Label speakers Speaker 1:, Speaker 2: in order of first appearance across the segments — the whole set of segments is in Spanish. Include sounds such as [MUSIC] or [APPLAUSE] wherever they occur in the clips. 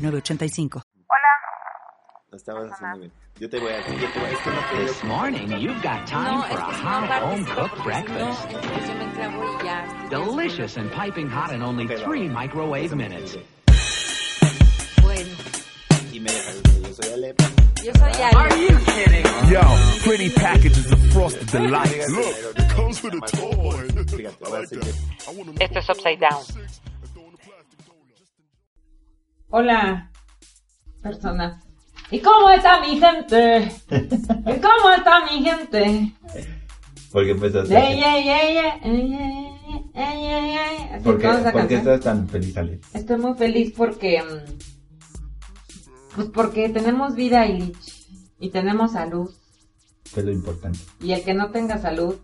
Speaker 1: 985.
Speaker 2: Estabas haciendo bien. Yo te voy a decir, yo te voy a esto no te
Speaker 3: This morning, you've got time
Speaker 4: No, es
Speaker 3: for a
Speaker 4: que si
Speaker 3: hot
Speaker 4: no
Speaker 3: home
Speaker 4: participo
Speaker 3: cooked
Speaker 4: porque si no,
Speaker 3: breakfast.
Speaker 4: entonces yo me clavo y ya. estoy
Speaker 3: Delicious and piping hot in only
Speaker 2: Pero-
Speaker 3: three microwave minutes.
Speaker 4: pensando, Bueno,
Speaker 2: Y me dejaron, yo soy pues, Alepa.
Speaker 4: yo soy Ale.
Speaker 5: Yo, pretty packages of frosted delights.
Speaker 2: Look,
Speaker 5: it comes with a
Speaker 2: toy. Fíjate, ahora sí que
Speaker 6: Esto es Upside Down.
Speaker 7: Hola, persona. ¿Y cómo está mi gente? ¿Y cómo está mi gente?
Speaker 2: Porque empezaste.
Speaker 7: Ey, ey, ey, ey, ey, ey, ey, ey, ey. Así
Speaker 2: ¿Por qué,
Speaker 7: todos la
Speaker 2: ¿por qué
Speaker 7: cantan.
Speaker 2: estás tan feliz, Ale?
Speaker 7: Estoy muy feliz porque. mm, Pues porque tenemos vida, Illich. Y tenemos salud.
Speaker 2: Que es lo importante.
Speaker 7: Y el que no tenga salud,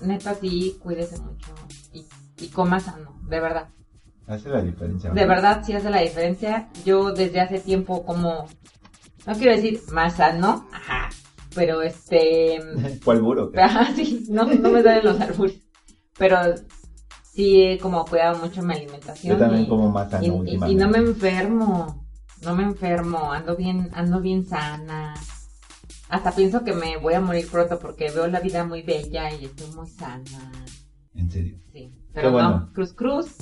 Speaker 7: neta, sí, cuídese mucho. Y, y coma sano, de verdad.
Speaker 2: Hace la diferencia.
Speaker 7: De
Speaker 2: ¿no?
Speaker 7: verdad sí hace la diferencia. Yo desde hace tiempo como, no quiero decir más sano, ajá,
Speaker 2: [LAUGHS]
Speaker 7: pero este,
Speaker 2: ¿Cuál buro?
Speaker 7: ajá, sí, no, no me salen los árboles, pero sí he como cuidado mucho mi alimentación.
Speaker 2: Yo también
Speaker 7: y,
Speaker 2: como más
Speaker 7: y-
Speaker 2: sano
Speaker 7: y- y
Speaker 2: últimamente.
Speaker 7: no me enfermo, no me enfermo, ando bien, ando bien sana. Hasta pienso que me voy a morir pronto porque veo la vida muy bella y estoy muy sana.
Speaker 2: En serio.
Speaker 7: Sí, pero
Speaker 2: Qué bueno.
Speaker 7: no, cruz cruz,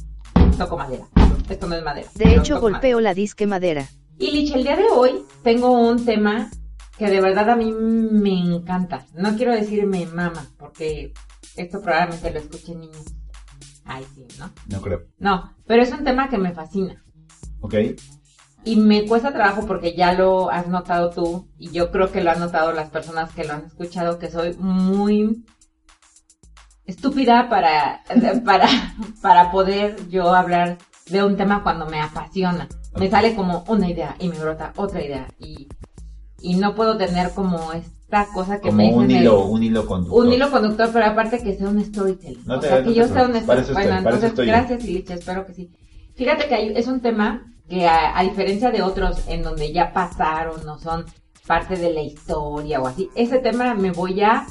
Speaker 7: toco madera. Esto no es madera.
Speaker 8: De
Speaker 7: pero
Speaker 8: hecho,
Speaker 7: toco madera.
Speaker 8: golpeo la disque madera.
Speaker 7: Y Lich, el día de hoy tengo un tema que de verdad a mí me encanta. No quiero decir me mama, porque esto probablemente lo escuchen niños. Ay, sí, ¿no?
Speaker 2: No creo.
Speaker 7: No, pero es un tema que me fascina.
Speaker 2: ¿Ok?
Speaker 7: Y me cuesta trabajo porque ya lo has notado tú y yo creo que lo han notado las personas que lo han escuchado, que soy muy estúpida para, [LAUGHS] para, para poder yo hablar de un tema cuando me apasiona. Me sale como una idea y me brota otra idea y, y no puedo tener como esta cosa que me
Speaker 2: Como
Speaker 7: dicen
Speaker 2: un
Speaker 7: el-
Speaker 2: hilo, un hilo conductor.
Speaker 7: un hilo conductor, pero aparte que sea un storytelling.
Speaker 2: No
Speaker 7: o
Speaker 2: te-
Speaker 7: sea,
Speaker 2: no
Speaker 7: que
Speaker 2: te
Speaker 7: yo sea un
Speaker 2: preocupes, para eso
Speaker 7: storytelling.
Speaker 2: estoy, para
Speaker 7: Bueno,
Speaker 2: eso
Speaker 7: entonces,
Speaker 2: estoy yo.
Speaker 7: gracias, Ilicha, espero que sí. Fíjate que hay- es un tema que, a, a diferencia de otros en donde ya pasaron o son parte de la historia o así, ese tema me voy a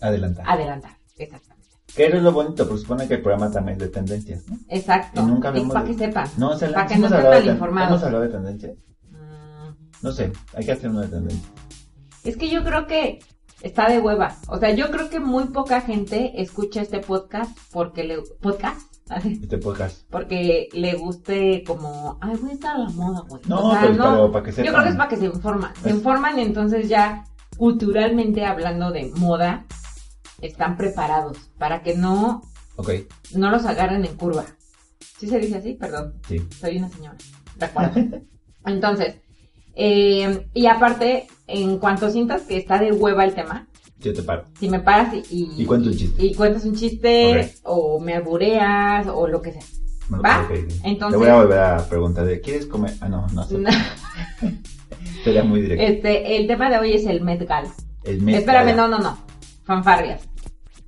Speaker 2: Adelantar.
Speaker 7: adelantar. Exactamente.
Speaker 2: Que eso es lo bonito, porque supone que el programa también es de tendencias, ¿no?
Speaker 7: Exacto.
Speaker 2: Y nunca
Speaker 7: es
Speaker 2: hablamos
Speaker 7: para
Speaker 2: de-
Speaker 7: que sepan.
Speaker 2: No, o sea,
Speaker 7: para que
Speaker 2: hemos
Speaker 7: no estén
Speaker 2: hablado de
Speaker 7: mal
Speaker 2: ten- ¿Hemos
Speaker 7: informados.
Speaker 2: hablado de tendencias?
Speaker 7: Mm.
Speaker 2: No sé, hay que hacer uno de tendencias.
Speaker 7: Es que yo creo que está de hueva. O sea, yo creo que muy poca gente escucha este podcast porque le... ¿Podcast?
Speaker 2: Este podcast.
Speaker 7: porque le guste como, ay, voy a estar a la moda, pues. güey.
Speaker 2: No, pero, pero para que
Speaker 7: yo
Speaker 2: sepan.
Speaker 7: creo que es para que se informan. Se
Speaker 2: Es-
Speaker 7: informan y entonces ya culturalmente hablando de moda, están preparados para que no,
Speaker 2: Ok,
Speaker 7: no los agarren en curva. ¿Sí se dice así? Perdón,
Speaker 2: sí.
Speaker 7: soy una señora.
Speaker 2: [LAUGHS]
Speaker 7: Recuerda. entonces, eh, y aparte, en cuanto sientas que está de hueva el tema,
Speaker 2: Yo te paro.
Speaker 7: si me paras y...
Speaker 2: Y cuento un chiste.
Speaker 7: Y cuentas un chiste,
Speaker 2: Ok.
Speaker 7: o me albureas, o lo que sea.
Speaker 2: No,
Speaker 7: ¿Va?
Speaker 2: ok, sí.
Speaker 7: Entonces-
Speaker 2: Te voy a volver a preguntar de, ¿quieres comer? Ah, no,
Speaker 7: [LAUGHS]
Speaker 2: no sé. Sería muy directo.
Speaker 7: Este, el tema de hoy es el Met Gala.
Speaker 2: El mes-
Speaker 7: Espérame, no, no, no. Fanfarrias.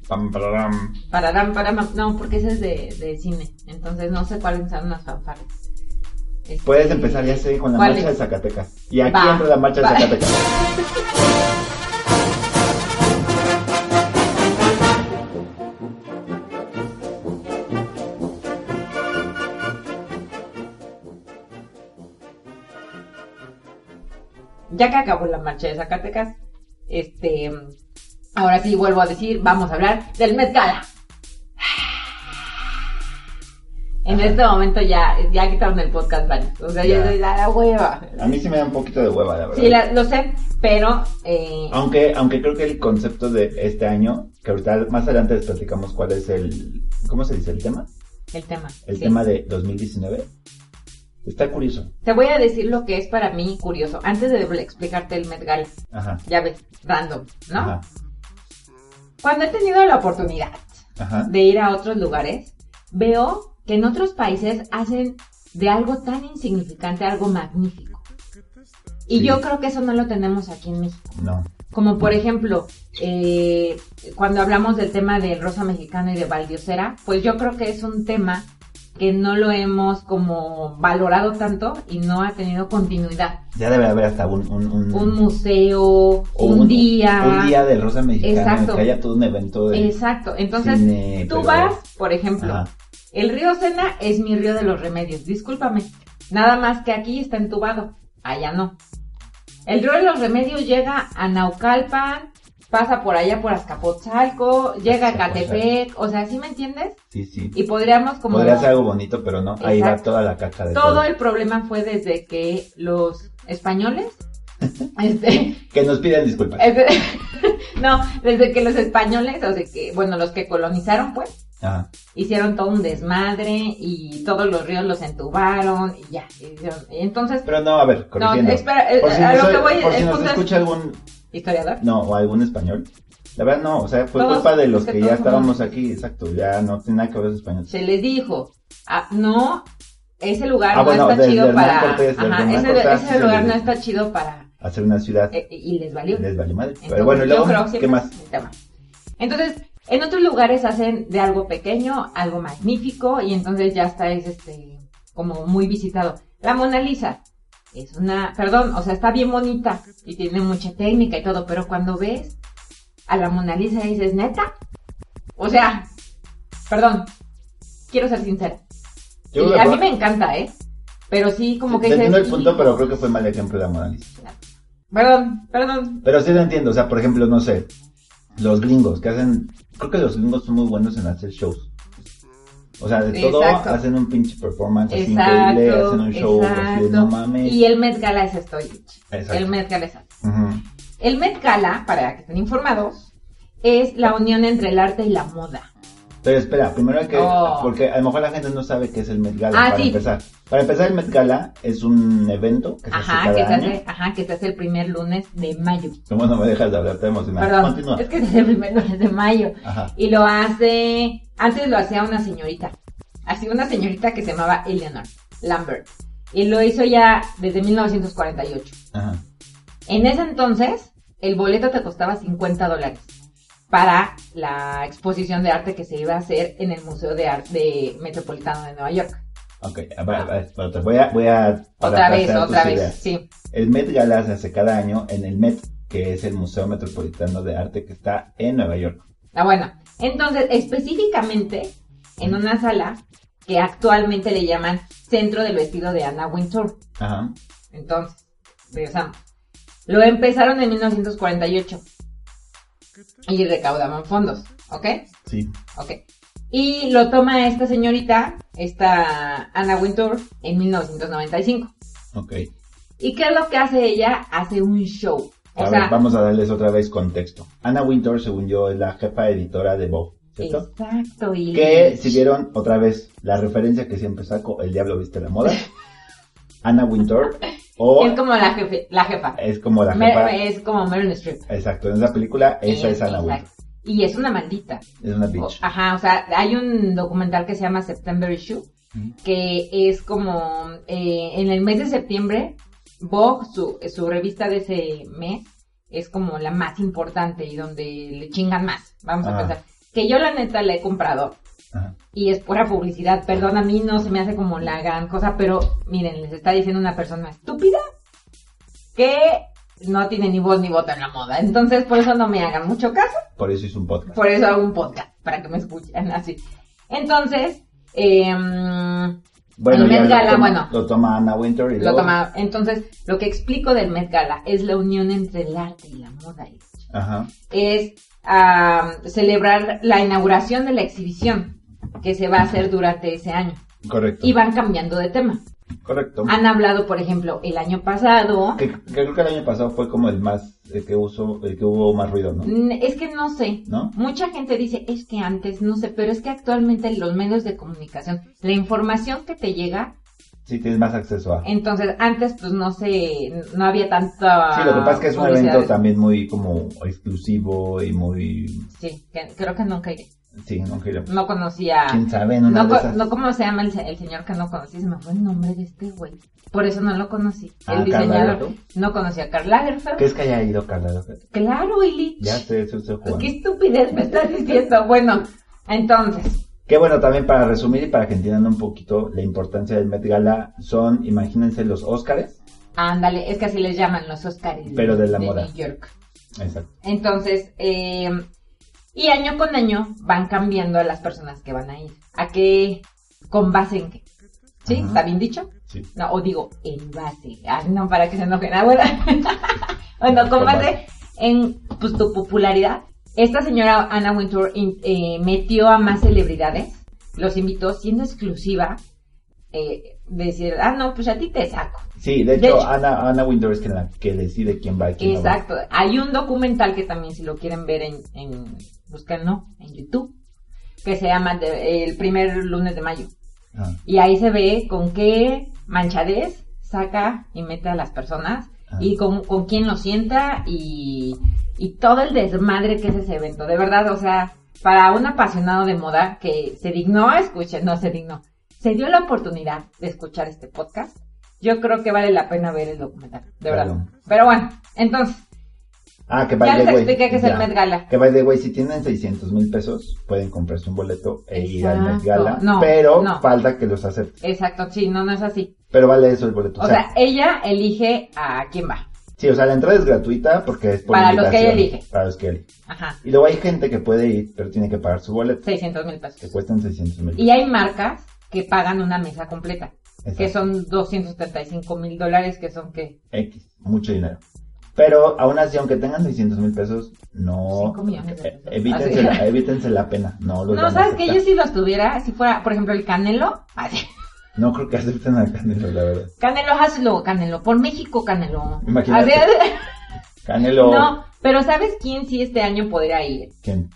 Speaker 2: Pam, pararam.
Speaker 7: Pararán, param, no, porque ese es de, de cine. Entonces no sé cuáles son las fanfarrias. Este,
Speaker 2: Puedes empezar ya sé con la
Speaker 7: ¿Cuál
Speaker 2: marcha
Speaker 7: es?
Speaker 2: de Zacatecas. Y aquí
Speaker 7: Va,
Speaker 2: entra la marcha
Speaker 7: va.
Speaker 2: de Zacatecas.
Speaker 7: Ya que acabó la marcha de Zacatecas, este, ahora sí vuelvo a decir, vamos a hablar del Met Gala. En este momento ya, ya quitaron el podcast varios. O sea, yo
Speaker 2: Ya.
Speaker 7: soy la, la hueva.
Speaker 2: A mí sí me da un poquito de hueva, la verdad.
Speaker 7: Sí, la- lo sé, pero eh,
Speaker 2: Aunque, aunque creo que el concepto de este año, que ahorita más adelante les platicamos cuál es el... ¿Cómo se dice el tema?
Speaker 7: el tema.
Speaker 2: El
Speaker 7: sí.
Speaker 2: tema de 2019. Está curioso.
Speaker 7: Te voy a decir lo que es para mí curioso. Antes de explicarte el Met Gala,
Speaker 2: Ajá.
Speaker 7: ya ves, random, ¿no?
Speaker 2: Ajá.
Speaker 7: Cuando he tenido la oportunidad
Speaker 2: Ajá.
Speaker 7: de ir a otros lugares, veo que en otros países hacen de algo tan insignificante a algo magnífico. Y
Speaker 2: Sí.
Speaker 7: yo creo que eso no lo tenemos aquí en México.
Speaker 2: No.
Speaker 7: Como por ejemplo, eh, cuando hablamos del tema de Rosa Mexicana y de Valdiosera, pues yo creo que es un tema que no lo hemos como valorado tanto y no ha tenido continuidad.
Speaker 2: Ya debe haber hasta un... Un, un-
Speaker 7: Un museo,
Speaker 2: Mm. o
Speaker 7: un, día.
Speaker 2: Un día de Rosa Mexicana.
Speaker 7: Exacto.
Speaker 2: Que haya todo un evento de...
Speaker 7: Exacto. Entonces,
Speaker 2: Cine,
Speaker 7: tú
Speaker 2: pero-
Speaker 7: vas, por ejemplo,
Speaker 2: Ajá.
Speaker 7: el río Sena es mi río de los remedios, discúlpame. Nada más que aquí está entubado, allá no. El río de los remedios llega a Naucalpan, pasa por allá por Azcapotzalco, llega a
Speaker 2: Azcapotzalco.
Speaker 7: Catepec, o sea, ¿sí me entiendes?
Speaker 2: Sí, sí.
Speaker 7: Y podríamos como...
Speaker 2: Podría ser algo bonito, pero no. Ahí va
Speaker 7: Exacto.
Speaker 2: toda la caca de todo.
Speaker 7: Todo el problema fue desde que los
Speaker 2: [LAUGHS]
Speaker 7: españoles... este,
Speaker 2: Que nos pidan disculpas.
Speaker 7: este- [LAUGHS] no, desde que los españoles, o sea, que, bueno, los que colonizaron, pues,
Speaker 2: Ajá.
Speaker 7: hicieron todo un desmadre y todos los ríos los entubaron y ya. y hicieron- y entonces,
Speaker 2: Pero no, a ver, corrigiendo.
Speaker 7: espera, eh,
Speaker 2: por si
Speaker 7: a
Speaker 2: nos,
Speaker 7: lo que voy,
Speaker 2: por si
Speaker 7: el
Speaker 2: nos
Speaker 7: punto es-
Speaker 2: escucha algún...
Speaker 7: historiador,
Speaker 2: No, o algún español. La verdad no, o sea, fue
Speaker 7: Todos,
Speaker 2: culpa de los
Speaker 7: es que
Speaker 2: que ya
Speaker 7: todos
Speaker 2: estábamos
Speaker 7: somos-
Speaker 2: aquí, exacto, ya no tiene nada que ver los españoles.
Speaker 7: se les dijo, ah, no, ese lugar
Speaker 2: Ah,
Speaker 7: no
Speaker 2: bueno,
Speaker 7: está
Speaker 2: del-
Speaker 7: chido
Speaker 2: del
Speaker 7: para...
Speaker 2: Hernán Cortés, del
Speaker 7: ajá,
Speaker 2: Hernán
Speaker 7: ese,
Speaker 2: Cortés,
Speaker 7: ese
Speaker 2: sí,
Speaker 7: lugar
Speaker 2: del-
Speaker 7: no está chido para...
Speaker 2: Hacer una ciudad
Speaker 7: eh, y les valió.
Speaker 2: les vale madre.
Speaker 7: Entonces,
Speaker 2: Pero bueno, y
Speaker 7: yo
Speaker 2: luego,
Speaker 7: creo pues.
Speaker 2: ¿qué
Speaker 7: siempre
Speaker 2: más?
Speaker 7: es el tema. Entonces, en otros lugares hacen de algo pequeño, algo magnífico, y entonces ya está es este como muy visitado. La Mona Lisa es una, perdón, o sea, está bien bonita y tiene mucha técnica y todo, pero cuando ves a la Mona Lisa dices, neta, o sea, perdón, quiero ser sincera.
Speaker 2: Yo
Speaker 7: Y
Speaker 2: creo que
Speaker 7: a mí
Speaker 2: fue-
Speaker 7: me encanta, ¿eh? Pero sí, como que
Speaker 2: Te entiendo el
Speaker 7: dices,
Speaker 2: punto, pero creo que fue mal ejemplo de la Mona Lisa.
Speaker 7: Perdón, perdón.
Speaker 2: Pero sí lo entiendo, o sea, por ejemplo, no sé, los gringos que hacen, creo que los gringos son muy buenos en hacer shows. O sea, de todo
Speaker 7: Exacto.
Speaker 2: hacen un pinche performance así
Speaker 7: Exacto,
Speaker 2: increíble, hacen un show así de
Speaker 7: exacto.
Speaker 2: no mames.
Speaker 7: Y el Met Gala es esto, Itch.
Speaker 2: Exacto.
Speaker 7: El Met Gala es así.
Speaker 2: Ujú.
Speaker 7: El Met Gala, para que estén informados, es la unión entre el arte y la moda.
Speaker 2: Pero espera, primero hay que.
Speaker 7: Oh.
Speaker 2: Porque a lo mejor la gente no sabe qué es el Met Gala
Speaker 7: Ah,
Speaker 2: para
Speaker 7: sí.
Speaker 2: empezar. Para empezar, el Met Gala es un evento que se
Speaker 7: Ajá,
Speaker 2: hace
Speaker 7: que se
Speaker 2: cada año.
Speaker 7: hace, ajá, que se hace el primer lunes de mayo.
Speaker 2: ¿Cómo no me dejas de hablar? Te emocionado.
Speaker 7: Perdón,
Speaker 2: Continúa.
Speaker 7: es que se hace el primer lunes de mayo.
Speaker 2: Ajá.
Speaker 7: Y lo hace, antes lo hacía una señorita. Hacía una señorita que se llamaba Eleanor Lambert. Y lo hizo ya desde 1948.
Speaker 2: Ajá.
Speaker 7: En ese entonces, el boleto te costaba 50 dólares para la exposición de arte que se iba a hacer en el Museo de Arte Metropolitano de Nueva York.
Speaker 2: Ok, a ver, a ver, pero te voy a. Voy a
Speaker 7: Otra vez,
Speaker 2: parafrasear tus
Speaker 7: otra vez,
Speaker 2: ideas.
Speaker 7: sí.
Speaker 2: El Met Gala se hace cada año en el Met, que es el Museo Metropolitano de Arte que está en Nueva York.
Speaker 7: Ah, bueno. Entonces, específicamente, en una sala que actualmente le llaman Centro del Vestido de Anna Wintour.
Speaker 2: Ajá.
Speaker 7: Entonces, regresamos. Lo empezaron en 1948 y recaudaban fondos, ¿ok?
Speaker 2: Sí.
Speaker 7: Ok. Y lo toma esta señorita, esta Anna Wintour, en 1995.
Speaker 2: Ok.
Speaker 7: ¿Y qué es lo que hace ella? Hace un show. O
Speaker 2: a
Speaker 7: sea,
Speaker 2: ver, vamos a darles otra vez contexto. Anna Winter, según yo, es la jefa editora de Vogue, ¿cierto?
Speaker 7: exacto. Y
Speaker 2: Que si vieron otra vez la referencia que siempre saco, El Diablo Viste la
Speaker 7: [LAUGHS]
Speaker 2: Moda, Anna Wintour, o
Speaker 7: es como la, jefe, la jefa.
Speaker 2: es como Eh, la
Speaker 7: Mer-
Speaker 2: jefa.
Speaker 7: es como Meryl Streep.
Speaker 2: Exacto, en esa película esa es Anna
Speaker 7: Exacto.
Speaker 2: Wintour.
Speaker 7: Y es una maldita.
Speaker 2: Es una
Speaker 7: O-
Speaker 2: bitch.
Speaker 7: Ajá, o sea, hay un documental que se llama September Issue, que es como eh, en el mes de septiembre, Vogue, su, su revista de ese mes, es como la más importante y donde le chingan más. Vamos
Speaker 2: Ah.
Speaker 7: a pensar. Que yo la neta la he comprado
Speaker 2: Ajá.
Speaker 7: y es pura publicidad. Perdón, a mí no se me hace como la gran cosa, pero miren, les está diciendo una persona estúpida que no tiene ni voz ni voto en la moda. Entonces, por eso no me hagan mucho caso.
Speaker 2: Por eso hizo un podcast.
Speaker 7: Por eso hago un podcast, para que me escuchen así. Entonces, eh, el Met
Speaker 2: ya
Speaker 7: Gala,
Speaker 2: toma,
Speaker 7: bueno.
Speaker 2: lo toma Anna Wintour y
Speaker 7: lo
Speaker 2: luego-
Speaker 7: toma- entonces, lo que explico del Met Gala es la unión entre el arte y la moda.
Speaker 2: Ajá.
Speaker 7: Es ah, celebrar la inauguración de la exhibición que se va a hacer durante ese año.
Speaker 2: Correcto.
Speaker 7: Y van cambiando de tema.
Speaker 2: Correcto.
Speaker 7: Han hablado, por ejemplo, el año pasado.
Speaker 2: Que, que creo que el año pasado fue como el más, el que usó, el que hubo más ruido, ¿no?
Speaker 7: Mm, Es que no sé.
Speaker 2: ¿No?
Speaker 7: Mucha gente dice, es que antes, no sé, pero es que actualmente los medios de comunicación, la información que te llega
Speaker 2: Sí, tienes más acceso a.
Speaker 7: Entonces, antes, pues no sé, no había tanta.
Speaker 2: Sí, lo que pasa es que es un
Speaker 7: publicidad.
Speaker 2: evento también muy como exclusivo y muy
Speaker 7: Sí, que- creo que nunca iré.
Speaker 2: Sí, no quiero.
Speaker 7: No conocía.
Speaker 2: ¿Quién sabe? En una
Speaker 7: Ah. No,
Speaker 2: de
Speaker 7: co-
Speaker 2: esas.
Speaker 7: no, ¿cómo se llama el, se- el señor que no conocí? Se me fue el nombre de este güey. Por eso no lo conocí.
Speaker 2: Ah,
Speaker 7: el
Speaker 2: Karl
Speaker 7: diseñador.
Speaker 2: Lagerfeld.
Speaker 7: No conocía a Karl Lagerfeld.
Speaker 2: ¿Qué es que haya ido Carla López?
Speaker 7: Claro, Illich.
Speaker 2: Ya sé, eso estoy
Speaker 7: Pues,
Speaker 2: jugando.
Speaker 7: qué estupidez me estás diciendo. Bueno, entonces.
Speaker 2: Que bueno, también para resumir y para que entiendan un poquito la importancia del Met Gala, son, imagínense, los Óscares.
Speaker 7: Ándale, es que así les llaman los Oscars.
Speaker 2: Pero de la moda.
Speaker 7: New York.
Speaker 2: Exacto.
Speaker 7: Entonces, eh, y año con año van cambiando a las personas que van a ir. ¿A qué? ¿Con base en qué? ¿Sí?
Speaker 2: Ajá.
Speaker 7: ¿Está bien dicho?
Speaker 2: Sí.
Speaker 7: No, o digo, en base. Ah, no, para que se enojen. Ah, bueno. [LAUGHS] bueno, con
Speaker 2: Con
Speaker 7: base
Speaker 2: base.
Speaker 7: en pues, tu popularidad. Esta señora Anna Wintour in- eh, metió a más celebridades. Los invitó siendo exclusiva. Eh, decir, ah, no, pues a ti te saco.
Speaker 2: Sí, de
Speaker 7: De
Speaker 2: hecho,
Speaker 7: hecho-
Speaker 2: Ana, Ana Wintour es que, la que decide quién va y quién no va.
Speaker 7: Exacto. Hay un documental que también si lo quieren ver en, en no, en YouTube, que se llama de- El primer lunes de mayo.
Speaker 2: Ah,
Speaker 7: Y ahí se ve con qué manchadez saca y mete a las personas
Speaker 2: Ah.
Speaker 7: y con, con quién lo sienta y, y todo el desmadre que es ese evento. De verdad, o sea, para un apasionado de moda que se dignó a escuchar, no se dignó, se dio la oportunidad de escuchar este podcast, yo creo que vale la pena ver el documental, de verdad.
Speaker 2: Claro.
Speaker 7: Pero bueno, entonces,
Speaker 2: Ah, que by
Speaker 7: ya
Speaker 2: the
Speaker 7: les
Speaker 2: way,
Speaker 7: expliqué que es el
Speaker 2: ya.
Speaker 7: Met Gala.
Speaker 2: Que by the way, si tienen 600 mil pesos, pueden comprarse un boleto e ir al Met
Speaker 7: Exacto.
Speaker 2: Gala.
Speaker 7: No,
Speaker 2: pero
Speaker 7: no.
Speaker 2: falta que los acepten.
Speaker 7: Exacto, sí, no, no es así.
Speaker 2: Pero vale eso el boleto.
Speaker 7: O, sea, ella elige a quién va.
Speaker 2: sí, o sea, la entrada es gratuita porque es por
Speaker 7: Para los que ella
Speaker 2: invitación,
Speaker 7: elige.
Speaker 2: Para los que ella elige.
Speaker 7: Ajá,
Speaker 2: Y luego hay gente que puede ir, pero tiene que pagar su boleto,
Speaker 7: 600 mil pesos.
Speaker 2: que cuestan 600 mil
Speaker 7: Y hay marcas que pagan una mesa completa,
Speaker 2: Exacto.
Speaker 7: que son 275 mil dólares, que son que
Speaker 2: X, mucho dinero. Pero aún así, aunque tengan 600 mil pesos, no...
Speaker 7: Cinco millones de
Speaker 2: eh,
Speaker 7: pesos.
Speaker 2: evítense,
Speaker 7: Así.
Speaker 2: la, evítense la pena. No, los
Speaker 7: [LAUGHS] No,
Speaker 2: van a
Speaker 7: sabes que
Speaker 2: aceptar.
Speaker 7: yo si los tuviera, si fuera, por ejemplo, el Canelo. así.
Speaker 2: No creo que acepten al Canelo, la verdad.
Speaker 7: Canelo, hazlo, Canelo. Por México, Canelo.
Speaker 2: Imagínate.
Speaker 7: Así,
Speaker 2: Canelo...
Speaker 7: No, pero ¿sabes quién sí este año podría ir?
Speaker 2: ¿Quién?